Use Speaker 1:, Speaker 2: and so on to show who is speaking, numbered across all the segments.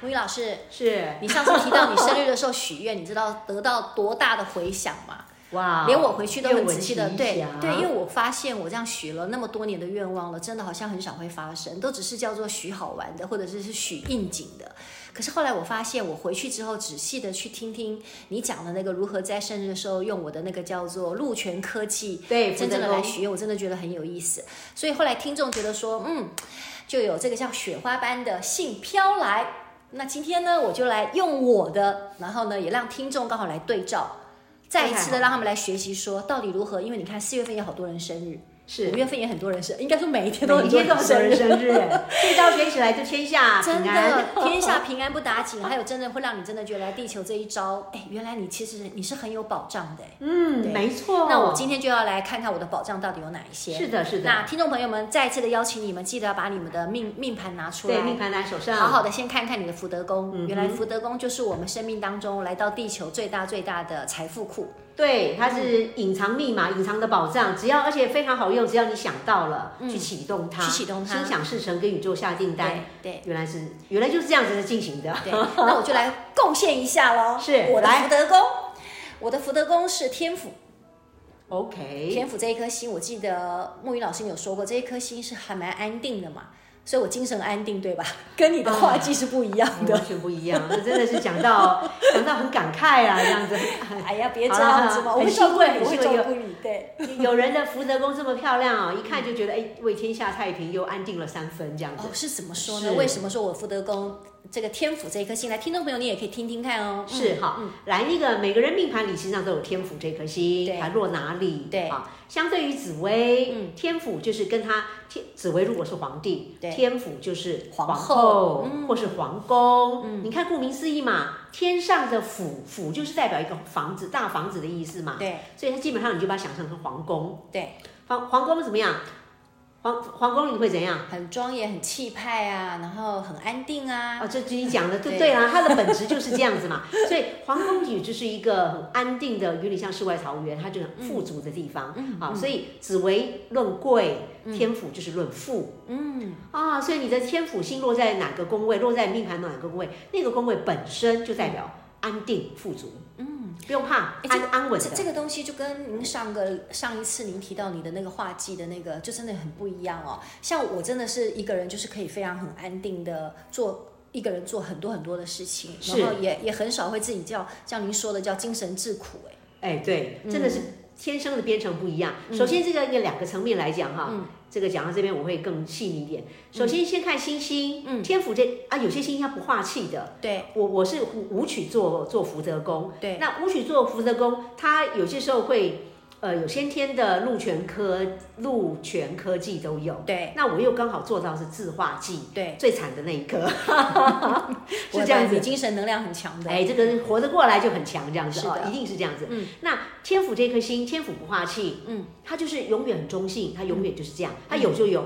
Speaker 1: 母语老师，
Speaker 2: 是
Speaker 1: 你上次提到你生日的时候许愿，你知道得到多大的回响吗？
Speaker 2: 哇
Speaker 1: 连我回去都很仔细的，
Speaker 2: 啊愿闻其
Speaker 1: 对
Speaker 2: 详
Speaker 1: 对，因为我发现我这样许了那么多年的愿望了，真的好像很少会发生，都只是叫做许好玩的，或者是是许应景的。可是后来我发现，我回去之后仔细的去听听你讲的那个如何在生日的时候用我的那个叫做鹿泉科技
Speaker 2: 对
Speaker 1: 真正的
Speaker 2: 福德
Speaker 1: 来
Speaker 2: 宫
Speaker 1: 许愿，我真的觉得很有意思。所以后来听众觉得说，嗯，就有这个像雪花般的信飘来。那今天呢，我就来用我的，然后呢，也让听众刚好来对照，再一次的让他们来学习说到底如何。因为你看，四月份有好多人生日，
Speaker 2: 是
Speaker 1: 五月份也很多人生，应该说每一天都
Speaker 2: 每
Speaker 1: 很
Speaker 2: 一
Speaker 1: 多
Speaker 2: 天都
Speaker 1: 人生
Speaker 2: 人
Speaker 1: 日。
Speaker 2: 生日，这招学起来就天下
Speaker 1: 真
Speaker 2: 平安
Speaker 1: 的。，天下平安不打紧，还有真的会让你真的觉得来地球这一招，哎，原来你其实你是很有保障的。哎
Speaker 2: 嗯，
Speaker 1: 对
Speaker 2: 没错。
Speaker 1: 那我今天就要来看看我的保障到底有哪一些。
Speaker 2: 是的，是
Speaker 1: 那
Speaker 2: 的，
Speaker 1: 听众朋友们，再一次的邀请你们，记得要把你们的命命盘拿出来，
Speaker 2: 对，命盘拿手上，
Speaker 1: 好好的先看看你的福德宫。
Speaker 2: 嗯哼
Speaker 1: 原来福德宫就是我们生命当中来到地球最大最大的财富库。
Speaker 2: 对，它是隐藏密码、隐藏的宝藏，只要而且非常好用，只要你想到了，
Speaker 1: 嗯
Speaker 2: 去启动它，
Speaker 1: 去启动它
Speaker 2: 心想事成，跟宇宙下订单
Speaker 1: 对。对
Speaker 2: 原来是原来就是这样子的进行的，
Speaker 1: 对， 那我就来贡献一下喽。
Speaker 2: 是
Speaker 1: 我的
Speaker 2: 来
Speaker 1: 福德宫，我的福德宫是天府，
Speaker 2: OK，
Speaker 1: 天府这一颗星，我记得木鱼老师你有说过，这一颗星是还蛮安定的嘛，所以我精神安定，对吧？ 跟你的画技是不一样的。
Speaker 2: 完全不一样，这真的是讲 到讲到很感慨啊，这样 子。
Speaker 1: 哎呀，别这样子嘛，
Speaker 2: 好啦
Speaker 1: 我会照顾
Speaker 2: 啊很
Speaker 1: 你，我会
Speaker 2: 欣慰很欣慰
Speaker 1: 照顾你，对。
Speaker 2: 有人的福德宫这么漂亮哦，一看就觉得哎，为天下太平又安定了三分这样子
Speaker 1: 哦，。是怎么说呢？
Speaker 2: 是
Speaker 1: 为什么说我福德宫这个天府这一颗星来？听众朋友，你也可以听听看哦。嗯
Speaker 2: 是哈，来那个每个人命盘里实际上都有天府这颗星，
Speaker 1: 对
Speaker 2: 它落哪里？
Speaker 1: 对
Speaker 2: 啊，相对于紫薇，
Speaker 1: 嗯
Speaker 2: 天府就是跟他天紫薇如果是皇帝，
Speaker 1: 对
Speaker 2: 天府就是
Speaker 1: 皇后
Speaker 2: 后
Speaker 1: 嗯
Speaker 2: 或是皇宫。你看，顾名思义嘛，天上的府府就是代表一个房子，大房子的意思嘛。
Speaker 1: 嗯对
Speaker 2: 所以它基本上你就把它想象成皇宫，
Speaker 1: 对，
Speaker 2: 皇皇宫怎么样？皇皇宫你会怎样？
Speaker 1: 很庄严、很气派啊，然后很安定啊。
Speaker 2: 哦，这就你讲的就
Speaker 1: 对
Speaker 2: 对啦，它的本质就是这样子 嘛。所以皇宫也就是一个很安定的，有点像世外桃源，它就很富足的地方。啊，所以紫薇论贵，天府就是论富。嗯啊，所以你的天府星落在哪个宫位，落在命盘哪个宫位，那个宫位本身就代表安定富足。嗯，不用怕，
Speaker 1: 哎
Speaker 2: 安安稳
Speaker 1: 这
Speaker 2: 的。
Speaker 1: 这个东西就跟您上个上一次您提到你的那个画技的那个，就真的很不一样哦。像我真的是一个人，就是可以非常很安定的做。一个人做很多很多的事情，
Speaker 2: 是
Speaker 1: 然后也也很少会自己叫像您说的叫精神自苦哎、
Speaker 2: 哎，对，真的是天生的编程不一样。首先，这个应该两个层面来讲哈，这个讲到这边我会更细腻一点。首先，先看星星，
Speaker 1: 嗯
Speaker 2: 天府这啊，有些星星它不化气的。
Speaker 1: 对
Speaker 2: 我我是舞舞曲做做福德宫，
Speaker 1: 对，
Speaker 2: 那舞曲做福德宫，它有些时候会呃有先天的禄全科禄全科技都有。
Speaker 1: 对
Speaker 2: 那我又刚好做到是自化技，
Speaker 1: 对，
Speaker 2: 最惨的那一科，
Speaker 1: 我
Speaker 2: 是这样
Speaker 1: 本来
Speaker 2: 子
Speaker 1: 你。精神能量很强的，
Speaker 2: 哎，这个活得过来就很强，这样子
Speaker 1: 是
Speaker 2: 啊、
Speaker 1: 的
Speaker 2: 一定是这样子。
Speaker 1: 嗯，
Speaker 2: 那天府这颗星，天府不化气，
Speaker 1: 嗯，
Speaker 2: 它就是永远很中性，它永远就是这样，它有就有，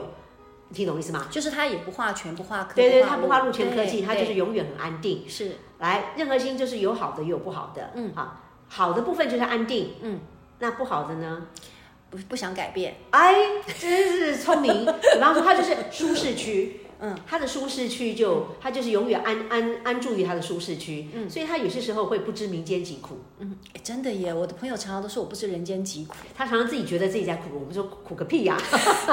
Speaker 2: 你听懂意思吗？
Speaker 1: 就是他也不画全，不画科，
Speaker 2: 对对，它
Speaker 1: 画
Speaker 2: 不化禄全科技，
Speaker 1: 对
Speaker 2: 它就是
Speaker 1: 对
Speaker 2: 永远很安定。
Speaker 1: 是
Speaker 2: 来，任何星就是有好的，也有不好的，
Speaker 1: 嗯
Speaker 2: 啊，好的部分就是安定，
Speaker 1: 嗯，
Speaker 2: 那不好的呢？
Speaker 1: 不不想改变，
Speaker 2: 哎，真是 聪明。比方说，它就是舒适区，
Speaker 1: 嗯，
Speaker 2: 它的舒适区就它就是永远安安安住于它的舒适区，嗯，所以它有些时候会不知民间疾苦。
Speaker 1: 哎真的耶，我的朋友常常都说我不知人间疾苦，
Speaker 2: 他常常自己觉得自己在苦，我们说苦个屁呀、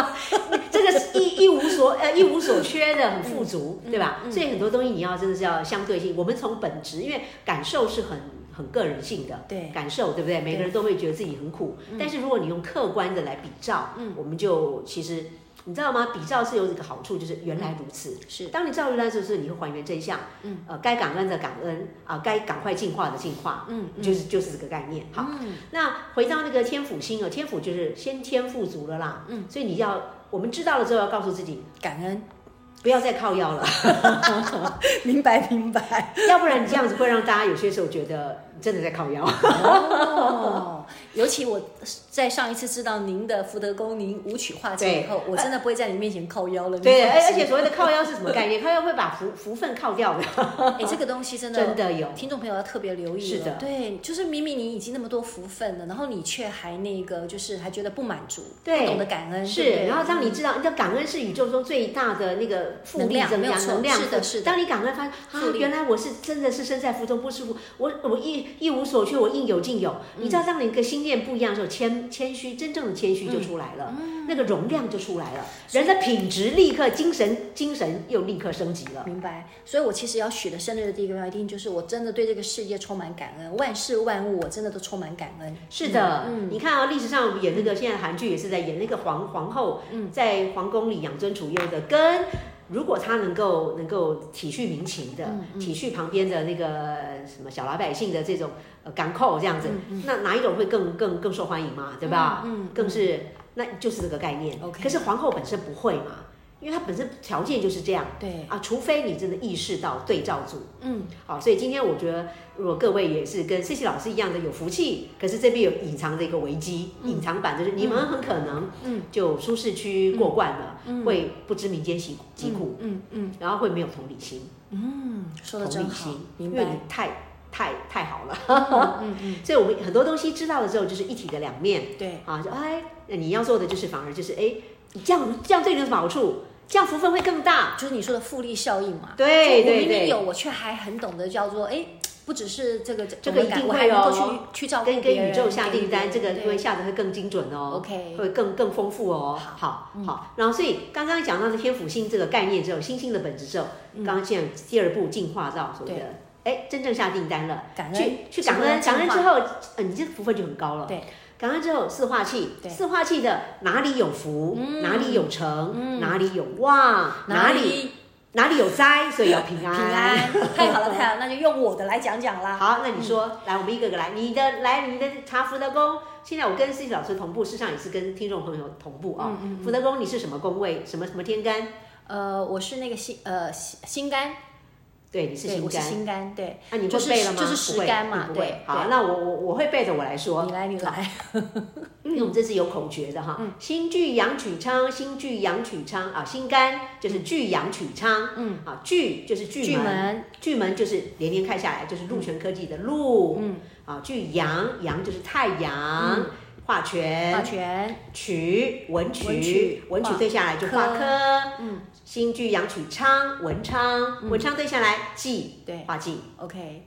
Speaker 2: 真的是一一无所呃一无所缺的，很富足，对吧？所以很多东西你要真的是要相对性，我们从本质，因为感受是很很个人性的，
Speaker 1: 对
Speaker 2: 感受对不对？每个人都会觉得自己很苦，但是如果你用客观的来比照，嗯，我们就其实你知道吗？比照是有一个好处，就是原来如此。
Speaker 1: 是
Speaker 2: 当你照原来如此，你会还原真相，嗯，呃，该感恩的感恩啊、该赶快进化的进化，
Speaker 1: 嗯，
Speaker 2: 就是就是这个概念。嗯好，那回到那个天府星啊，天府就是先天富足了啦，嗯，所以你要我们知道了之后要告诉自己，
Speaker 1: 感恩
Speaker 2: 不要再靠腰了，
Speaker 1: 明白明白。
Speaker 2: 要不然你这样子会让大家有些时候觉得真的在靠 腰。
Speaker 1: 哦，尤其我在上一次知道您的福德宫您舞曲化解以后，我真的不会在你面前靠腰了。
Speaker 2: 呃对，
Speaker 1: 您
Speaker 2: 而
Speaker 1: 放
Speaker 2: 而
Speaker 1: 心
Speaker 2: 且所谓的靠腰是什么概念？靠腰会把福福分靠掉的，
Speaker 1: 哎，这个东西真的
Speaker 2: 真的有。
Speaker 1: 听众朋友要特别留意了。
Speaker 2: 是的
Speaker 1: 对，就是明明你已经那么多福分了，然后你却还那个，就是还觉得不满足，
Speaker 2: 对
Speaker 1: 不懂得感恩，对不
Speaker 2: 是，
Speaker 1: 对
Speaker 2: 然后让你知道，你的感恩是宇宙中最大的那个复
Speaker 1: 能
Speaker 2: 利
Speaker 1: 量
Speaker 2: 增
Speaker 1: 没有
Speaker 2: 加
Speaker 1: 错
Speaker 2: 能量。
Speaker 1: 是的是的
Speaker 2: 当你感恩发现
Speaker 1: 复
Speaker 2: 啊，
Speaker 1: 利
Speaker 2: 原来我是真的是身在福中不知福，我我一一无所缺，我应有尽有。
Speaker 1: 嗯
Speaker 2: 你知道，让你一个心念不一样的时候，谦谦虚，真正的谦虚就出来了，
Speaker 1: 嗯
Speaker 2: 那个容量就出来了，人的品质立刻精神精神又立刻升级了。
Speaker 1: 明白，所以我其实要许的生日的第一个愿望，一定就是我真的对这个世界充满感恩，万事万物我真的都充满感恩。
Speaker 2: 是的，
Speaker 1: 嗯
Speaker 2: 你看啊、历史上演那个，现在韩剧也是在演那个皇皇后，
Speaker 1: 嗯
Speaker 2: 在皇宫里养尊处优的，跟如果她能够能够体恤民情的，
Speaker 1: 嗯
Speaker 2: 体恤旁边的那个呃什么小老百姓的这种呃港口这样子，那哪一种会更更更受欢迎嘛？对吧？
Speaker 1: 嗯嗯
Speaker 2: 更是那就是这个概念。
Speaker 1: OK
Speaker 2: 可是皇后本身不会嘛，因为她本身条件就是这样
Speaker 1: 对，
Speaker 2: 啊，除非你真的意识到对照组。
Speaker 1: 嗯，
Speaker 2: 好，所以今天我觉得，如果各位也是跟 C C 老师一样的有福气，可是这边有隐藏的一个危机，隐藏版就是你们很可能，
Speaker 1: 嗯，
Speaker 2: 就舒适区过惯了，会不知民间疾疾苦，
Speaker 1: 嗯嗯
Speaker 2: 然后会没有同理心，
Speaker 1: 嗯，说的
Speaker 2: 同
Speaker 1: 真
Speaker 2: 理
Speaker 1: 好
Speaker 2: 心，，
Speaker 1: 明
Speaker 2: 因为你
Speaker 1: 白。
Speaker 2: 太太太好了，
Speaker 1: 嗯嗯
Speaker 2: 所以我们很多东西知道了之后，就是一体的两面
Speaker 1: 嗯，对，
Speaker 2: 啊，就哎，那你要做的就是反而就是哎，你这样这样对你有什么好处？这样福分会更大，
Speaker 1: 就是你说的复利效应嘛。
Speaker 2: 对
Speaker 1: 就我
Speaker 2: 对
Speaker 1: 明明
Speaker 2: 对
Speaker 1: 有，我却还很懂得叫做哎，不只是这个
Speaker 2: 这个
Speaker 1: 懂得
Speaker 2: 一
Speaker 1: 感
Speaker 2: 定
Speaker 1: 我还
Speaker 2: 会
Speaker 1: 能
Speaker 2: 哦
Speaker 1: 够去去照顾
Speaker 2: 跟
Speaker 1: 别
Speaker 2: 跟宇
Speaker 1: 人
Speaker 2: 宙下
Speaker 1: 给予
Speaker 2: 订单，
Speaker 1: 别人
Speaker 2: 这个
Speaker 1: 对
Speaker 2: 会下的会更精准哦。
Speaker 1: OK
Speaker 2: 会更更丰富哦。
Speaker 1: 好嗯
Speaker 2: 好，好，然后所以刚刚讲到的天府星这个概念之后，星星的本质之后，刚刚现在第二步进化到所谓的
Speaker 1: 嗯对
Speaker 2: 哎真正下订单了，
Speaker 1: 感恩
Speaker 2: 去去感恩，
Speaker 1: 进
Speaker 2: 感
Speaker 1: 化
Speaker 2: 恩之后，呃，你这福分就很高了。
Speaker 1: 对，
Speaker 2: 感恩之后四化气，
Speaker 1: 对
Speaker 2: 四化气的哪里有福，
Speaker 1: 嗯
Speaker 2: 哪里有成，哪里有旺，哪
Speaker 1: 哪
Speaker 2: 里
Speaker 1: 里
Speaker 2: 哪里有灾，所以要平安。
Speaker 1: 平安， 太好了太好了，那就用我的来讲讲啦。
Speaker 2: 好，那你说，
Speaker 1: 嗯
Speaker 2: 来，我们一个个来，你的来，你的查福德宫。现在我跟 C 老师同步，事实上也是跟听众朋友同步啊、
Speaker 1: 嗯
Speaker 2: 福德宫你是什么宫位？什么什么天干？
Speaker 1: 呃，我是那个心呃心心肝，
Speaker 2: 对，你是
Speaker 1: 对
Speaker 2: 心
Speaker 1: 我是
Speaker 2: 肝。
Speaker 1: 心肝，对。
Speaker 2: 那、你
Speaker 1: 就
Speaker 2: 会
Speaker 1: 是
Speaker 2: 背了吗？
Speaker 1: 就是
Speaker 2: 不会
Speaker 1: 实干嘛
Speaker 2: 你不会
Speaker 1: 对
Speaker 2: 好
Speaker 1: 对，嗯
Speaker 2: 那我我我会背的，我来说。
Speaker 1: 你来，你来。嗯
Speaker 2: 因为我们这是有口诀的哈，心聚阳曲昌，心聚阳曲昌啊，心肝就是聚阳曲昌，嗯，啊，聚就是聚
Speaker 1: 巨
Speaker 2: 门，
Speaker 1: 门，嗯
Speaker 2: 聚门就是连连看下来就是鹿泉科技的鹿，嗯，啊，聚阳，阳就是太阳，
Speaker 1: 嗯
Speaker 2: 化权，
Speaker 1: 化权，
Speaker 2: 曲文曲
Speaker 1: 文曲
Speaker 2: 文曲
Speaker 1: 化
Speaker 2: 对下来就
Speaker 1: 科
Speaker 2: 化科，嗯，新剧阳曲昌文昌、文昌对下来记
Speaker 1: 嗯对
Speaker 2: 化记，
Speaker 1: ，OK，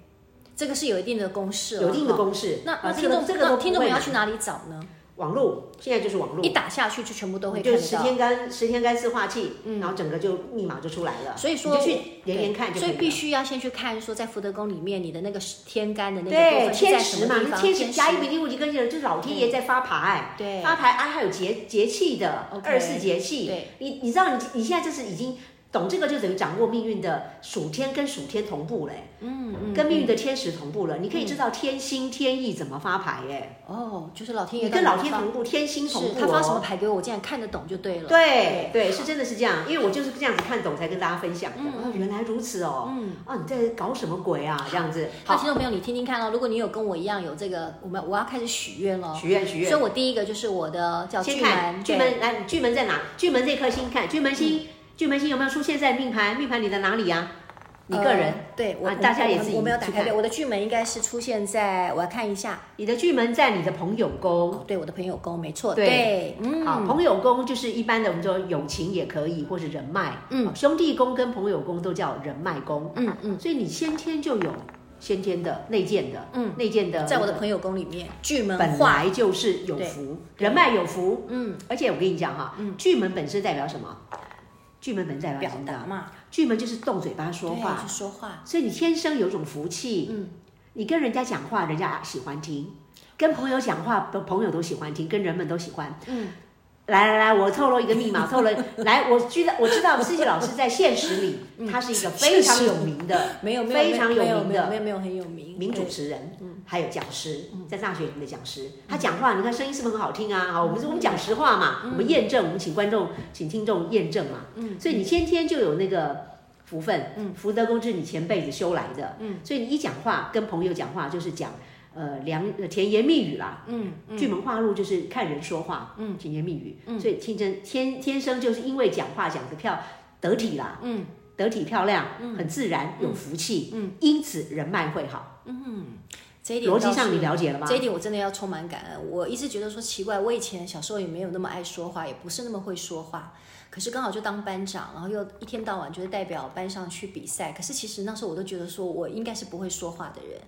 Speaker 1: 这个是有一定的公式了，
Speaker 2: 有一定的
Speaker 1: 哈。
Speaker 2: 公式。
Speaker 1: 那那
Speaker 2: 啊
Speaker 1: 听众，
Speaker 2: 这个
Speaker 1: 那听众们
Speaker 2: 们
Speaker 1: 要去哪里找呢？
Speaker 2: 网络，现在就是网络
Speaker 1: 一，打下去就全部都会
Speaker 2: 你
Speaker 1: 看
Speaker 2: 就
Speaker 1: 得
Speaker 2: 十
Speaker 1: 到。嗯
Speaker 2: 天干十天干四化气，然后整个就密码就出来了。
Speaker 1: 所以
Speaker 2: 你
Speaker 1: 说
Speaker 2: 就去
Speaker 1: 对
Speaker 2: 连连看就可
Speaker 1: 所以必
Speaker 2: 以了。
Speaker 1: 须要先去看，说在福德宫里面，你的那个天干的那个部
Speaker 2: 对，
Speaker 1: 分是在
Speaker 2: 天
Speaker 1: 什
Speaker 2: 时
Speaker 1: 么
Speaker 2: 嘛，
Speaker 1: 地
Speaker 2: 那
Speaker 1: 方？
Speaker 2: 天时甲乙
Speaker 1: 天嗯
Speaker 2: 丙丁戊己庚辛壬，就是老天爷在发牌。
Speaker 1: 对
Speaker 2: 发牌啊，还有节节气的
Speaker 1: OK
Speaker 2: 二十四节气。
Speaker 1: 对
Speaker 2: 你你知道你你现在这是已经懂这个，就等于掌握命运的属天跟属天同步嘞、欸
Speaker 1: 嗯嗯，
Speaker 2: 跟命运的天时同步了，你可以知道天星天意怎么发牌耶，
Speaker 1: 哦，就是老天
Speaker 2: 你
Speaker 1: 爷
Speaker 2: 跟
Speaker 1: 到
Speaker 2: 老
Speaker 1: 底
Speaker 2: 天
Speaker 1: 发
Speaker 2: 同步，天星同
Speaker 1: 是
Speaker 2: 步、哦。
Speaker 1: 他发什么？牌给我，我竟然看得懂就对嗯了。
Speaker 2: 对对，是真的是这样，因为我就是这样子看懂才跟大家分享的。哦，原来如此哦。嗯。啊，你在搞什么鬼啊？这样子。
Speaker 1: 好，
Speaker 2: 好，
Speaker 1: 听众朋友，你听听看哦，如果你有跟我一样有这个，我们我要开始许愿喽。
Speaker 2: 许愿许
Speaker 1: 所
Speaker 2: 愿。
Speaker 1: 以我第一个就是我的叫
Speaker 2: 先
Speaker 1: 哦巨
Speaker 2: 看
Speaker 1: 门，
Speaker 2: 巨
Speaker 1: 对嗯
Speaker 2: 门，来，巨门在哪？巨门这颗星，看巨门星，巨门星有没有出现在命盘？命盘里的哪里呀？你个人，
Speaker 1: 呃对我、
Speaker 2: 啊大家也自己
Speaker 1: 我我没有打
Speaker 2: 去
Speaker 1: 开
Speaker 2: 看
Speaker 1: 对我的巨门应该是出现在我要看一下，
Speaker 2: 你的巨门在你的朋友宫。
Speaker 1: 对我的朋友宫没错，
Speaker 2: 对
Speaker 1: 嗯，
Speaker 2: 好，朋友宫就是一般的我们说友情也可以，或是人脉。
Speaker 1: 嗯
Speaker 2: 嗯，兄弟宫跟朋友宫都叫人脉宫。
Speaker 1: 嗯嗯，
Speaker 2: 所以你先天就有先天的内建的，
Speaker 1: 嗯
Speaker 2: 嗯，内建的，
Speaker 1: 在我的朋友宫里面，巨门
Speaker 2: 本
Speaker 1: 化
Speaker 2: 来就是有福，人脉有福。
Speaker 1: 嗯
Speaker 2: 而且我跟你讲哈，巨门本身代表什么？巨门本身代表
Speaker 1: 表
Speaker 2: 什么
Speaker 1: 达
Speaker 2: 呢？
Speaker 1: 嘛，
Speaker 2: 巨门就是动嘴巴说
Speaker 1: 对
Speaker 2: 话
Speaker 1: 就，说话，
Speaker 2: 所以你天生有一种福气。嗯，你跟人家讲话，人家喜欢听；跟朋友讲话，朋友都喜欢听，跟人们都喜欢。
Speaker 1: 嗯，
Speaker 2: 来来来，我透露一个 密码，透露来，我知道我知道思琪老师在现实里，
Speaker 1: 嗯
Speaker 2: 他是一个非常有名的，
Speaker 1: 没有没有
Speaker 2: 非常有名
Speaker 1: 没有没有没有
Speaker 2: 的
Speaker 1: 没有很有名
Speaker 2: 名主
Speaker 1: 对嗯
Speaker 2: 持人，还有讲师，在大学里面的讲师，他讲话你看声音是不是很好听啊？好，我们我们讲实话嘛，
Speaker 1: 嗯
Speaker 2: 我们验证，我们请观众请听众验证嘛，所以你先天就有那个。福分，
Speaker 1: 嗯
Speaker 2: 福德宫是你前辈子修来的，所以你一讲话跟朋友讲话就是讲，呃，良呃甜言蜜语啦，
Speaker 1: 嗯
Speaker 2: 巨门化禄就是看人说话，嗯，甜言蜜语，所以天真天天生就是因为讲话讲得漂得体啦，
Speaker 1: 嗯，
Speaker 2: 得体漂亮，很自然，有福气，嗯，因此人脉会好。
Speaker 1: 这一点
Speaker 2: 逻
Speaker 1: 哎倒
Speaker 2: 辑上
Speaker 1: 是
Speaker 2: 你了解了吗
Speaker 1: 这？一点我真的要充满感恩。我一直觉得说奇怪，我以前小时候也没有那么爱说话，也不是那么会说话。可是刚好就当班长，然后又一天到晚就是代表班上去比赛。可是其实那时候我都觉得说我应该是不会说话的人。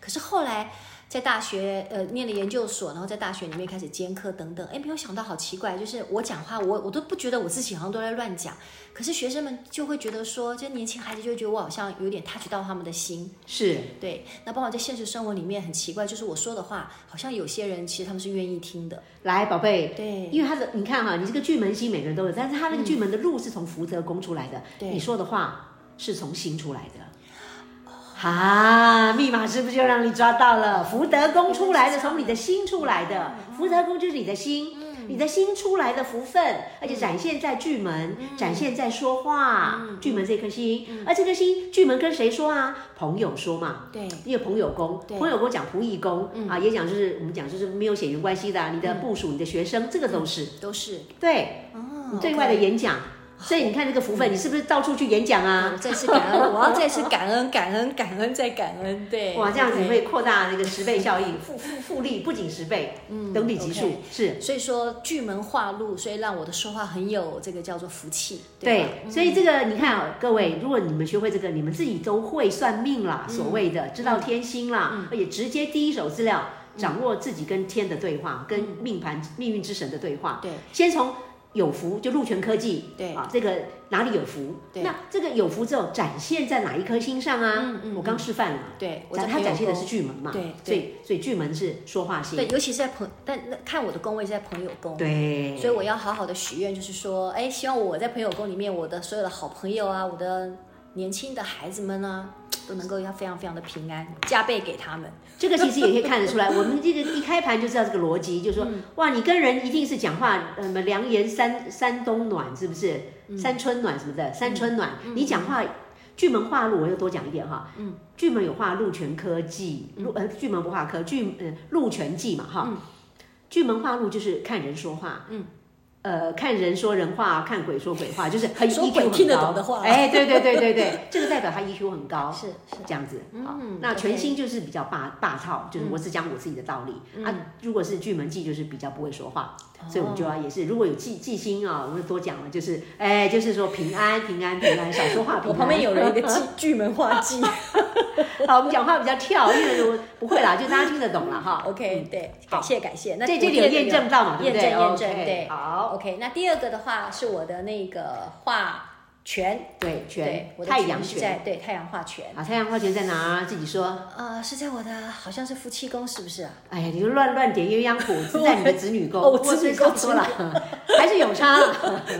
Speaker 1: 可是后来在大学呃念了研究所，然后在大学里面开始兼课等等，哎，没有想到好奇怪，就是我讲话我我都不觉得我自己好像都在乱讲，可是学生们就会觉得说，这年轻孩子就会觉得我好像有点 touch 到他们的心，
Speaker 2: 是
Speaker 1: 对，那包括在现实生活里面很奇怪，就是我说的话，好像有些人其实他们是愿意听的。
Speaker 2: 来，宝贝。
Speaker 1: 对，嗯
Speaker 2: 因为他的，你看哈、你这个巨门星每个人都有，但是他那个巨门的路是从福德宫出来的，
Speaker 1: 对
Speaker 2: 你说的话是从心出来的，
Speaker 1: 哦
Speaker 2: 啊，密码是不是就让你抓到了？福德宫出来的，从你的心出来的，
Speaker 1: 嗯
Speaker 2: 福德宫就是你的心，你的心出来的福分，而
Speaker 1: 嗯
Speaker 2: 且展现在巨门，展现在说话，
Speaker 1: 嗯
Speaker 2: 巨门这颗星，而这颗星巨门跟谁说啊？朋友说嘛，
Speaker 1: 对，
Speaker 2: 因为朋友宫，
Speaker 1: 对嗯
Speaker 2: 朋友宫讲仆役宫、啊，也讲就是我们讲就是没有血缘关系的啊、你的部属、你的学生，这个都是
Speaker 1: 都是
Speaker 2: 对
Speaker 1: 哦
Speaker 2: 对外的演讲。所以你看这个福
Speaker 1: 嗯
Speaker 2: 分，你是不是到处去演讲 啊？
Speaker 1: 再次感恩，我要再次感恩，感恩，感恩再感恩。对，
Speaker 2: 哇，这样子你
Speaker 1: OK
Speaker 2: 会扩大那个十倍效应，复复复利不仅十倍，等比级
Speaker 1: 嗯
Speaker 2: 数
Speaker 1: OK
Speaker 2: 是。
Speaker 1: 所以说巨门化禄，所以让我的说话很有这个叫做福气。吧嗯
Speaker 2: 对，所以这个你看啊，各位，如果你们学会这个，你们自己都会算命啦，
Speaker 1: 嗯
Speaker 2: 所谓的知道天星啦，而且直接第一手资料掌握自己跟天的对话，跟命盘命运之神的对话。
Speaker 1: 嗯对，
Speaker 2: 先从有福就鹿泉科技，
Speaker 1: 对
Speaker 2: 啊，这个哪里有福？
Speaker 1: 对
Speaker 2: 那这个有福之后展现在哪一颗星上啊？
Speaker 1: 嗯嗯
Speaker 2: 我刚示范了，
Speaker 1: 对，我
Speaker 2: 展
Speaker 1: 在
Speaker 2: 它
Speaker 1: 朋友
Speaker 2: 展现的
Speaker 1: 宫
Speaker 2: 是巨门嘛，
Speaker 1: 对
Speaker 2: 所
Speaker 1: 对
Speaker 2: 以所以巨门是说话星，
Speaker 1: 对，尤其是在朋，但那看我的宫位是在朋友宫。
Speaker 2: 对，
Speaker 1: 所以我要好好的许愿，就是说，哎，希望我在朋友宫里面，我的所有的好朋友啊，我的年轻的孩子们啊，都能够要非常非常的平安，加倍给他们。
Speaker 2: 这个其实也可以看得出来，我们这个一开盘就知道这个逻辑，就是说，
Speaker 1: 嗯
Speaker 2: 哇，你跟人一定是讲话，呃什么良言三三冬暖，是不是？
Speaker 1: 嗯
Speaker 2: 三春暖什么的，三春暖，你讲话。巨门化禄，我又多讲一点哈。嗯，巨门有化禄全科技，
Speaker 1: 嗯
Speaker 2: 禄呃巨门不化科，巨呃禄全技嘛哈。巨门化禄就是看人说话，嗯，呃看人说人话，看鬼说鬼话，就是很
Speaker 1: 说
Speaker 2: EQ
Speaker 1: 鬼
Speaker 2: 很
Speaker 1: 听得
Speaker 2: 高
Speaker 1: 懂的话
Speaker 2: 哎，对对对对对，这个代表他 EQ 很 高。
Speaker 1: 是是，
Speaker 2: 这样子。好，
Speaker 1: 嗯
Speaker 2: 那
Speaker 1: OK 嗯
Speaker 2: 全新就是比较霸霸道，就是我只讲我自己的道理、啊。如果是巨门记，就是比较不会说话，
Speaker 1: 哦
Speaker 2: 所以我们就要也是，如果有记记心啊，我们就多讲了，就是哎，就是说平安平安平安，少说话平安。
Speaker 1: 我旁边有人一个巨巨门画技
Speaker 2: 好，我们讲话比较跳，因为我不会啦，就大家听得懂了哈。
Speaker 1: ，OK，对，感谢感谢。那
Speaker 2: 嗯这
Speaker 1: 哦我
Speaker 2: 这里有
Speaker 1: 第二个
Speaker 2: 验证到嘛？对
Speaker 1: 验
Speaker 2: 不
Speaker 1: 证验
Speaker 2: 对？
Speaker 1: 证
Speaker 2: OK，
Speaker 1: 对。
Speaker 2: 好，
Speaker 1: OK，那第二个的话是我的那个画权，对
Speaker 2: 对，全，
Speaker 1: 我的
Speaker 2: 太阳
Speaker 1: 是
Speaker 2: 拳
Speaker 1: 在对太阳画权，
Speaker 2: 啊，太阳花拳在哪？自己说。
Speaker 1: 呃，是在我的好像是夫妻宫是不是啊？
Speaker 2: 哎呀，你就乱乱点鸳鸯谱，是在你的子女 宫。
Speaker 1: 哦我
Speaker 2: 不过
Speaker 1: 子女
Speaker 2: 这
Speaker 1: 宫
Speaker 2: 差不多了，还是有差。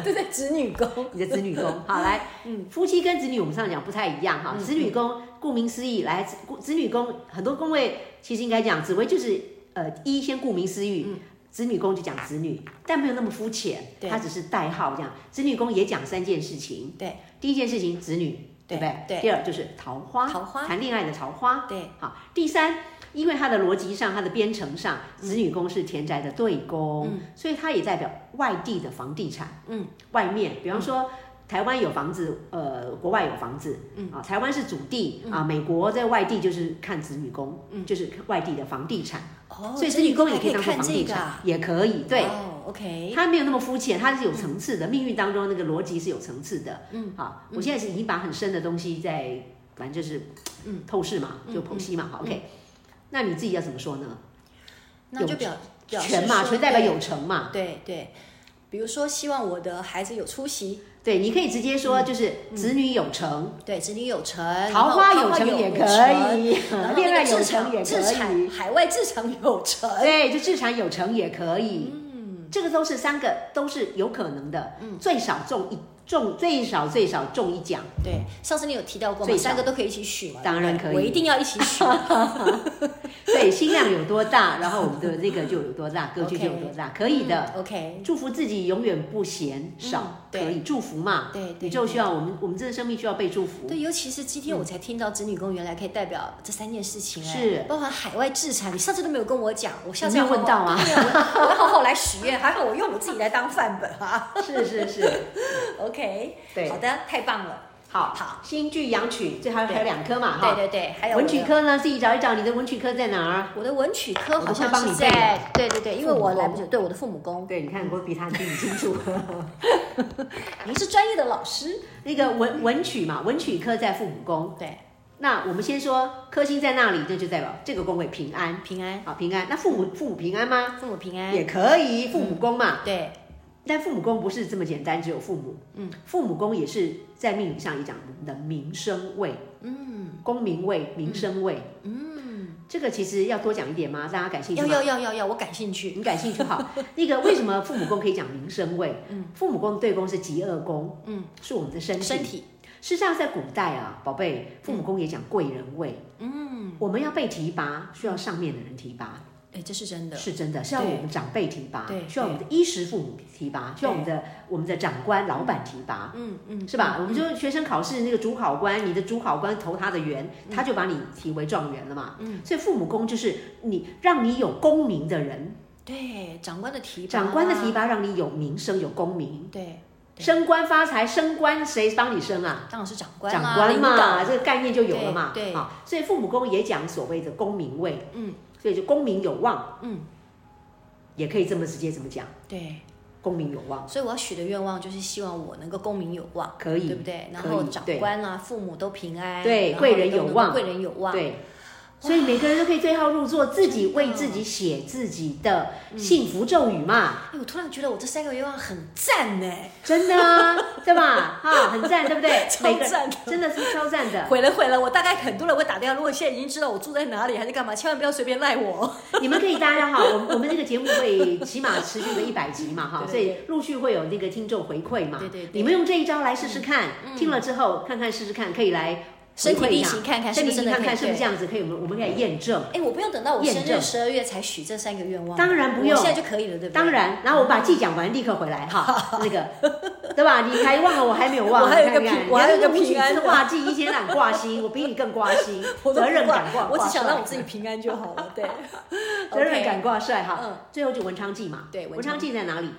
Speaker 1: 对对，子女宫。
Speaker 2: 你的子 女宫。好，来，嗯，夫妻跟子女我们上讲不太一样
Speaker 1: 嗯
Speaker 2: 哈。子女宫顾名思义，来子顾子女宫很多宫位其实应该讲紫薇就是呃一先顾名思义。子女宫就讲子女，但没有那么肤浅，
Speaker 1: 嗯对
Speaker 2: 它只是代号这样。子女宫也讲三件事情，
Speaker 1: 对，
Speaker 2: 第一件事情子女，对
Speaker 1: 对
Speaker 2: 不对？
Speaker 1: 对
Speaker 2: 第二就是桃花，
Speaker 1: 桃花
Speaker 2: 谈恋爱的桃花，
Speaker 1: 对。
Speaker 2: 好，第三，因为它的逻辑上、它的编程上，子女宫是田宅的对宫，所以它也代表外地的房地产。嗯，外面，比方说。台湾有房子，呃，国外有房子，嗯啊，台湾是主地、啊，美国在外地就是看子女宫，嗯，就是外地的房地产，
Speaker 1: 哦，
Speaker 2: 所以
Speaker 1: 这
Speaker 2: 子女宫
Speaker 1: 还
Speaker 2: 也可以当做
Speaker 1: 看
Speaker 2: 房
Speaker 1: 这
Speaker 2: 地
Speaker 1: 个
Speaker 2: 产，
Speaker 1: 啊。
Speaker 2: 也可以，对，
Speaker 1: 哦，OK，
Speaker 2: 它没有那么肤浅，它是有层次的，命运当中那个逻辑是有层次的。嗯，好，我现在是已经把很深的东西在，反正就是，嗯，透视嘛，就剖析
Speaker 1: 嗯
Speaker 2: 嘛，好，OK。那你自己要怎么说呢？
Speaker 1: 那就表表示
Speaker 2: 全嘛，
Speaker 1: 说
Speaker 2: 全代表有成嘛。
Speaker 1: 对对对，比如说希望我的孩子有出息，
Speaker 2: 对，你可以直接说就是子女有成，
Speaker 1: 对子女有成，
Speaker 2: 桃花
Speaker 1: 嗯然后
Speaker 2: 有成也可
Speaker 1: 成
Speaker 2: 以嗯
Speaker 1: 然后那，个
Speaker 2: 恋爱有
Speaker 1: 自
Speaker 2: 成
Speaker 1: 产
Speaker 2: 也
Speaker 1: 自
Speaker 2: 可以
Speaker 1: 产，海外自产有成，
Speaker 2: 对，就自产有成也可以。嗯，这个都是三个都是有可能的，嗯，最少中一中最少最少中一奖，
Speaker 1: 对，上次你有提到过嘛，
Speaker 2: 最少
Speaker 1: 三个都可以一起许嘛？
Speaker 2: 当然可以
Speaker 1: 我一定要一起许。
Speaker 2: 对，心量有多大，然后我们的那个就有多大，格局就有多大， 可以的。
Speaker 1: 嗯 OK，
Speaker 2: 祝福自己永远不嫌
Speaker 1: 嗯
Speaker 2: 少，
Speaker 1: 对
Speaker 2: 可以祝福嘛？
Speaker 1: 对对
Speaker 2: 宇宙需要我们，我们这个生命需要被祝 福。
Speaker 1: 对，尤其是今天我才听到子女宫原来可以代表这三件事情、哎
Speaker 2: 嗯是
Speaker 1: 包含海外制产，你上次都没有跟我讲，我下次
Speaker 2: 我没
Speaker 1: 要
Speaker 2: 有
Speaker 1: 好好
Speaker 2: 问到啊
Speaker 1: 对 我我要好好来许愿，还好我用我自己来当范本啊。
Speaker 2: 是是是，
Speaker 1: OK，
Speaker 2: 对
Speaker 1: 好的，太棒了，
Speaker 2: 好
Speaker 1: 好，
Speaker 2: 新剧阳曲，最还有
Speaker 1: 对
Speaker 2: 还有两颗嘛，
Speaker 1: 对
Speaker 2: 哈。
Speaker 1: 对对，还有
Speaker 2: 文
Speaker 1: 我的嗯
Speaker 2: 曲科呢，自己找一找你的文曲科在哪儿？
Speaker 1: 我的文曲科
Speaker 2: 我
Speaker 1: 好
Speaker 2: 都会
Speaker 1: 像
Speaker 2: 帮
Speaker 1: 是
Speaker 2: 你背
Speaker 1: 在，对对对，因为
Speaker 2: 父母
Speaker 1: 我来
Speaker 2: 宫
Speaker 1: 不及，对我的父母宫，
Speaker 2: 对，你看我比他听你 清楚。
Speaker 1: 您是专业的老师，
Speaker 2: 那个文文曲嘛，文曲科在父母宫。
Speaker 1: 对，
Speaker 2: 那我们先说科星在那里，那就代表这个宫位平安。
Speaker 1: 平安，
Speaker 2: 好，平安。那父母父母平安吗？
Speaker 1: 父母平安，
Speaker 2: 也可以，父母宫嘛。
Speaker 1: 对，
Speaker 2: 但父母宫不是这么简单，只有父母。嗯，父母宫也是在命理上也讲的名声位。嗯，功名位、名声位。嗯，这个其实要多讲一点吗？大家感兴趣
Speaker 1: 要
Speaker 2: 吗？
Speaker 1: 要要要要，我感兴趣，
Speaker 2: 你感兴趣好。那个为什么父母宫可以讲名声位？嗯，父母宫对宫是极恶宫，嗯，是我们的身体。
Speaker 1: 身体
Speaker 2: 事实上，在古代啊，宝贝，父母宫也讲贵人位。嗯，我们要被提拔，需要上面的人提拔，
Speaker 1: 哎，这是真的，
Speaker 2: 是真的，是要我们长辈提拔，
Speaker 1: 对
Speaker 2: 需要我们的衣食父母提拔，需要我们的我们的长官、老板提拔，
Speaker 1: 嗯嗯，
Speaker 2: 是吧？我们就学生考试那个主考官，你的主考官投他的元，
Speaker 1: 嗯
Speaker 2: 他就把你提为状元了嘛。嗯，所以父母宫就是你让你有功名的人，
Speaker 1: 对，长官的提拔，
Speaker 2: 长官的提，拔让你有名声、有功名，
Speaker 1: 对，对
Speaker 2: 升官发财，升官谁帮你升啊？
Speaker 1: 当然是长官啦，
Speaker 2: 长官
Speaker 1: 领导
Speaker 2: 嘛，这个概念就有了嘛。
Speaker 1: 对对
Speaker 2: 好，所以父母宫也讲所谓的功名位，
Speaker 1: 嗯，
Speaker 2: 所以就功名有望，
Speaker 1: 嗯，
Speaker 2: 也可以这么直接这么讲，
Speaker 1: 对，
Speaker 2: 功名有望
Speaker 1: 所以我要许的愿望就是希望我能够功名有望，
Speaker 2: 可以，
Speaker 1: 对不对？然
Speaker 2: 可以
Speaker 1: 后长
Speaker 2: 对
Speaker 1: 官啊，父母都平安，
Speaker 2: 对
Speaker 1: 然后
Speaker 2: 贵人
Speaker 1: 都能
Speaker 2: 有
Speaker 1: 够
Speaker 2: 望
Speaker 1: 贵人有望，
Speaker 2: 对。所以每个人都可以对号入座，自己为自己写自己的
Speaker 1: 嗯
Speaker 2: 幸福咒语嘛，
Speaker 1: 哎，我突然觉得我这三个愿望很赞 呢，
Speaker 2: 真的啊， 对吧？哈，很赞，对不对？
Speaker 1: 超
Speaker 2: 每个
Speaker 1: 赞
Speaker 2: 人
Speaker 1: 的
Speaker 2: 真的是超赞的。
Speaker 1: 毁了毁了，我大概很多人会打电话，如果现在已经知道我住在哪里还是干嘛，千万不要随便赖我。
Speaker 2: 你们可以大家哈，我们我们这个节目会起码持续个一百集嘛哈，
Speaker 1: 对
Speaker 2: 所
Speaker 1: 对
Speaker 2: 以陆续会有那个听众回馈嘛。
Speaker 1: 对对对嗯
Speaker 2: 你们用这一招来试试看，听了之后看看试试看，可以来回
Speaker 1: 身体
Speaker 2: 馈一
Speaker 1: 力
Speaker 2: 下
Speaker 1: 行看看是
Speaker 2: 身
Speaker 1: 不
Speaker 2: 体
Speaker 1: 是
Speaker 2: 力
Speaker 1: 真的
Speaker 2: 行
Speaker 1: 可
Speaker 2: 看
Speaker 1: 以
Speaker 2: 看是不是这样子，可以我们我们可以验证。
Speaker 1: 哎，我不用等到我生
Speaker 2: 验
Speaker 1: 日
Speaker 2: 证
Speaker 1: 十二月才许这三个愿望，
Speaker 2: 当然不用
Speaker 1: 我现在就可以了，对不对？
Speaker 2: 当，然，然后我把记讲完，立刻回来 哈，那个，对吧？你还忘了，我还没有忘。
Speaker 1: 我还有一个
Speaker 2: 你看
Speaker 1: 平我还有一个
Speaker 2: 你看
Speaker 1: 平安
Speaker 2: 你看这挂记，一天懒挂心，我比你更挂心，
Speaker 1: 我都
Speaker 2: 责
Speaker 1: 不
Speaker 2: 任
Speaker 1: 管
Speaker 2: 感挂，
Speaker 1: 我只想让我
Speaker 2: 己。
Speaker 1: 自己平安就好了。对，
Speaker 2: 责任
Speaker 1: OK
Speaker 2: 感挂帅哈。
Speaker 1: 嗯
Speaker 2: 最后就文昌记嘛，
Speaker 1: 对文
Speaker 2: 文昌
Speaker 1: 昌
Speaker 2: 记在哪里？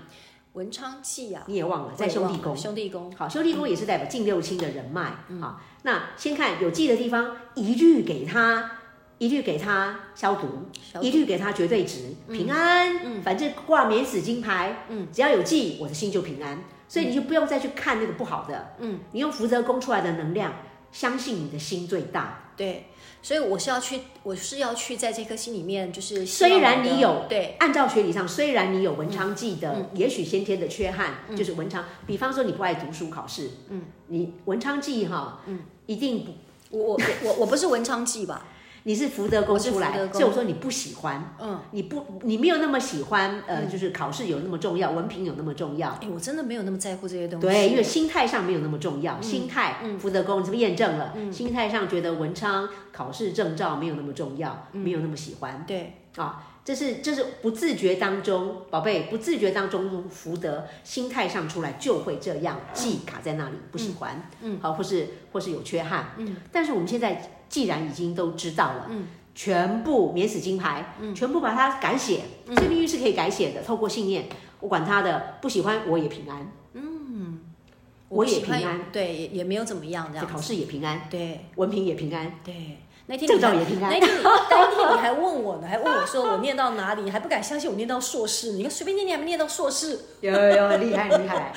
Speaker 1: 文昌记啊，
Speaker 2: 你也忘了，在兄弟宫。
Speaker 1: 兄弟宫，
Speaker 2: 好，修地宫也是代表近六亲的人脉。
Speaker 1: 嗯
Speaker 2: 好，那先看有记的地方，一律给他，一律给他消毒，
Speaker 1: 消毒
Speaker 2: 一律给他绝对值，平安。嗯，反正挂免死金牌，嗯，只要有记，我的心就平安。所以你就不用再去看那个不好的，嗯，你用福泽宫出来的能量，相信你的心最大。
Speaker 1: 对，所以我是要去，我是要去在这颗心里面，就是希望
Speaker 2: 虽然
Speaker 1: 我的
Speaker 2: 你有
Speaker 1: 对，
Speaker 2: 按照学理上，虽然你有文昌记的，也许先天的缺憾，就是文昌，比方说你不爱读书考试，嗯，你文昌记哈，嗯，一定不
Speaker 1: 我我我我不是文昌记吧？
Speaker 2: 你是福德宫出
Speaker 1: 我是福德
Speaker 2: 来，
Speaker 1: 宫
Speaker 2: 所以我说你不喜欢，嗯，你不，你没有那么喜欢，呃，就是考试有那么重要，文凭有那么重要，
Speaker 1: 哎，我真的没有那么在乎这些东西。嗯
Speaker 2: 对，因为心态上没有那么重要，心态，福德宫你是不是验证了？心态上觉得文昌考试证照没有那么重要，
Speaker 1: 嗯
Speaker 2: 没有那么喜欢
Speaker 1: 对
Speaker 2: 啊，这是这是不自觉当中，宝贝，不自觉当中福德心态上出来就会这样，记卡在那里，不喜欢，嗯，好，或是或是有缺憾，嗯，但是我们现在既然已经都知道了，嗯。全部免死金牌，
Speaker 1: 嗯
Speaker 2: 全部把它改写，所以命运是可以改写的。透过信念，我管他的，不喜欢我也平安。我
Speaker 1: 嗯不
Speaker 2: 也
Speaker 1: 喜欢
Speaker 2: 平安，
Speaker 1: 对，也也没有怎么样这样
Speaker 2: 考
Speaker 1: 子。
Speaker 2: 试也平安，
Speaker 1: 对
Speaker 2: 文凭也平安，
Speaker 1: 对，那天
Speaker 2: 证
Speaker 1: 你还
Speaker 2: 照也平安
Speaker 1: 那天你那天你还问我呢，还问我说我念到哪里，你还不敢相信我念到硕士，你看随便念念还没念到硕士。
Speaker 2: 有有有，厉害厉害，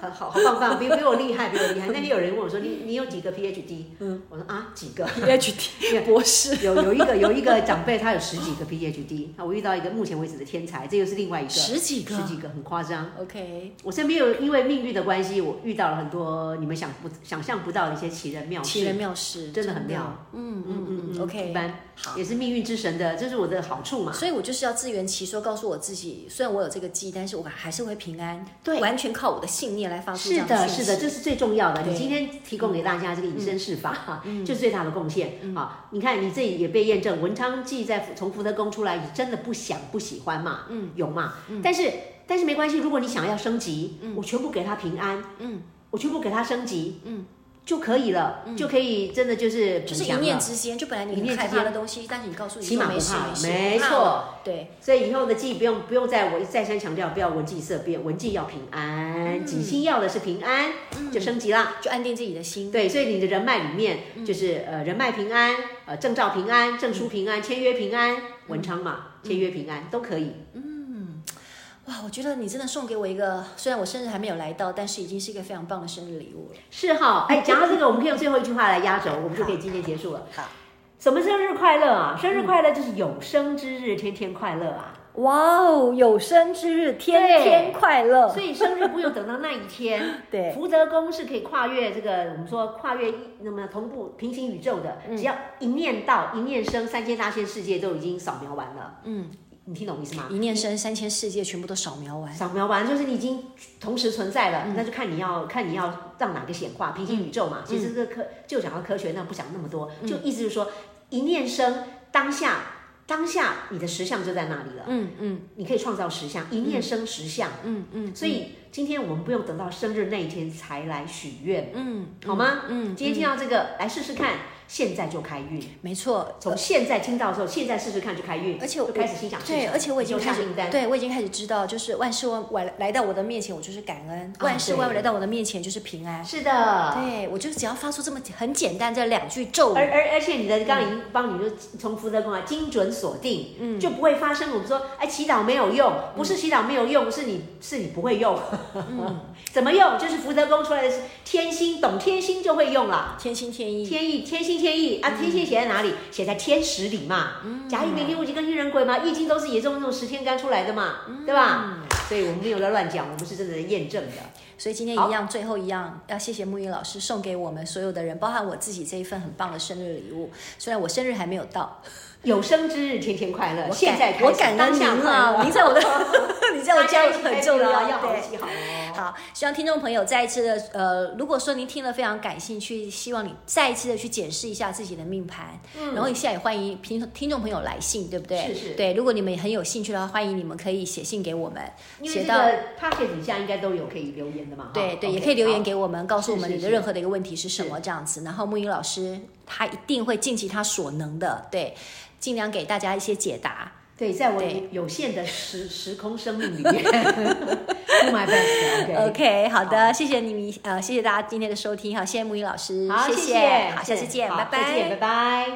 Speaker 2: 好好好棒棒，比比我厉害，比我厉害。那天有人问我说你你有几个 PhD？嗯，我说啊几个，
Speaker 1: PhD 博士，
Speaker 2: 有有一个有一个长辈他有十几个 PhD，啊，我遇到一个目前为止的天才，这又是另外一个
Speaker 1: 十几个
Speaker 2: 十几个很夸张。
Speaker 1: OK，
Speaker 2: 我身边有因为命运的关系，我遇到了很多你们想不想象不到的一些奇人妙事，
Speaker 1: 奇人妙事，
Speaker 2: 真的很妙。
Speaker 1: 嗯
Speaker 2: 嗯嗯嗯
Speaker 1: OK
Speaker 2: 一般
Speaker 1: 好
Speaker 2: 也是命运之神的，这是我的好处嘛。
Speaker 1: 所以我就是要自圆其说，告诉我自己，虽然我有这个记忆，但是我还是会平安。
Speaker 2: 对
Speaker 1: 完全靠我的信念来发出这
Speaker 2: 是
Speaker 1: 样的
Speaker 2: 的，
Speaker 1: 讯
Speaker 2: 是
Speaker 1: 息
Speaker 2: 的，这是最重要的。
Speaker 1: 对嗯
Speaker 2: 你今天提供给大家这个以身试法，哈，就是最大的贡献啊！你看你这也被验证，文昌记在福从福德宫出来，你真的不想不喜欢嘛？嗯，有嘛？但是但是没关系，如果你想要升级，
Speaker 1: 嗯
Speaker 2: 我全部给他平安，嗯，我全部给他升级，嗯，就可以了，就可以真的就是
Speaker 1: 嗯就是
Speaker 2: 补
Speaker 1: 一
Speaker 2: 强
Speaker 1: 念
Speaker 2: 了
Speaker 1: 之间，就本来
Speaker 2: 一
Speaker 1: 你
Speaker 2: 念
Speaker 1: 很
Speaker 2: 之
Speaker 1: 害
Speaker 2: 间
Speaker 1: 怕的东西，但是你告诉你
Speaker 2: 起
Speaker 1: 说
Speaker 2: 码不
Speaker 1: 没事
Speaker 2: 怕
Speaker 1: 没事，
Speaker 2: 没
Speaker 1: 不怕
Speaker 2: 错
Speaker 1: 了对。
Speaker 2: 所以以后的记不用不用再我再三强调，不要文记色变，文记要平
Speaker 1: 嗯
Speaker 2: 安，锦心要的是平安，就升级啦。
Speaker 1: 就安定自己的心。
Speaker 2: 对，所以你的人脉里面就是呃人脉平安，呃证照平安，证书平安，签约平安，文昌嘛，签约平安都可以。
Speaker 1: 哇，我觉得你真的送给我一个，虽然我生日还没有来到，但是已经是一个非常棒的生日礼物了。
Speaker 2: 是哈，哎，讲到这个，我们可以用最后一句话来压轴，我们就可以今天结束了。
Speaker 1: 好，
Speaker 2: 什么生日快乐啊？生日快乐就是有生之日，天天快乐啊！
Speaker 1: 哇哦，有生之日天天快乐！。
Speaker 2: 所以生日不用等到那一 天
Speaker 1: 对
Speaker 2: 福德宫是可以跨越这个，我们说跨越一那么同步平行宇宙的，只要一念到一念生，三千大千世界都已经扫描完了。嗯，你听懂我意思吗？
Speaker 1: 一念生三千世界，全部都扫描完。
Speaker 2: 扫描完就是你已经同时存在
Speaker 1: 嗯
Speaker 2: 了，那就看你要看你要让哪个显化，平行宇宙嘛。其实这个科就讲到科学，那不讲那么多，
Speaker 1: 嗯
Speaker 2: 就意思就是说一念生当下。当下你的实相就在那里了，
Speaker 1: 嗯嗯
Speaker 2: 你可以创造实相，一念生实相。
Speaker 1: 嗯嗯
Speaker 2: 所以今天我们不用等到生日那一天才来许愿，
Speaker 1: 嗯，
Speaker 2: 好吗？
Speaker 1: 嗯嗯
Speaker 2: 今天听到这个，来试试看，现在就开运。
Speaker 1: 没错。
Speaker 2: 从现在听到的时候，现在试试看就开运，
Speaker 1: 而且我
Speaker 2: 就开始心想事成。
Speaker 1: 对，而且我已经
Speaker 2: 就
Speaker 1: 开
Speaker 2: 下
Speaker 1: 始
Speaker 2: 订单，，
Speaker 1: 对我已经开始知道，就是万事万物来来到我的面前，我就是感恩；
Speaker 2: 啊
Speaker 1: 万事
Speaker 2: 对啊
Speaker 1: 万物来到我的面前就是平安。
Speaker 2: 是的，
Speaker 1: 对，我就只要发出这么很简单这两句咒语
Speaker 2: 而，而而且你的刚刚已经帮你就从福德宫啊，精准锁定，嗯，就不会发生我们说，哎，祈祷没有用，
Speaker 1: 嗯
Speaker 2: 不是祈祷没有用，是你是你不会用，
Speaker 1: 嗯
Speaker 2: 怎么用？就是福德宫出来的是天星，懂天星就会用了。
Speaker 1: 天心天意。
Speaker 2: 天意，天星，天意
Speaker 1: 嗯
Speaker 2: 啊！天星写在哪里？写在天时里嘛。甲乙丙丁戊己庚辛壬癸嘛，易经都是也用那种十天干出来的嘛，
Speaker 1: 嗯
Speaker 2: 对吧？所以我们没有在乱讲，我们是真的在验证的。
Speaker 1: 所以今天一样，最后一样要谢谢木英老师送给我们所有的人，包含我自己这一份很棒的生日礼物。虽然我生日还没有到，
Speaker 2: 有生之日，天天快乐。
Speaker 1: 我
Speaker 2: 现
Speaker 1: 感
Speaker 2: 在开始
Speaker 1: 我感恩
Speaker 2: 当
Speaker 1: 您
Speaker 2: 下快
Speaker 1: 啊，
Speaker 2: 乐
Speaker 1: 您在 我的，你在我家
Speaker 2: 大家一起
Speaker 1: 很
Speaker 2: 开
Speaker 1: 重
Speaker 2: 心
Speaker 1: 要
Speaker 2: 啊，要好
Speaker 1: 对
Speaker 2: 起好哦。
Speaker 1: 好，希望听众朋友再一次的，呃，如果说您听了非常感兴趣，希望你再一次的去检视一下自己的命盘，然后现在也欢迎听听众朋友来信，对不对？
Speaker 2: 嗯是是
Speaker 1: 对，如果你们也很有兴趣的话，欢迎你们可以写信给我们，
Speaker 2: 因为
Speaker 1: 写
Speaker 2: 这
Speaker 1: 到。
Speaker 2: 个 p a c k a g e 底下应该都有可以留言的嘛。哈
Speaker 1: 对对，
Speaker 2: OK，
Speaker 1: 也可以留言
Speaker 2: 好
Speaker 1: 给我们，告诉我
Speaker 2: 是
Speaker 1: 们
Speaker 2: 是
Speaker 1: 你的
Speaker 2: 是
Speaker 1: 任何的一个问题是什么这样子。然后木英老师他一定会尽其他所能的，对，尽量给大家一些解答。
Speaker 2: 对，在我
Speaker 1: 对
Speaker 2: 有限的时 时空生命里面，do my best，OK。
Speaker 1: OK，好的，谢谢你们，呃，谢谢大家今天的收听，好，谢谢木英老师，
Speaker 2: 好，
Speaker 1: 谢
Speaker 2: 谢，
Speaker 1: 好，下次见，拜拜，
Speaker 2: 再见，拜拜。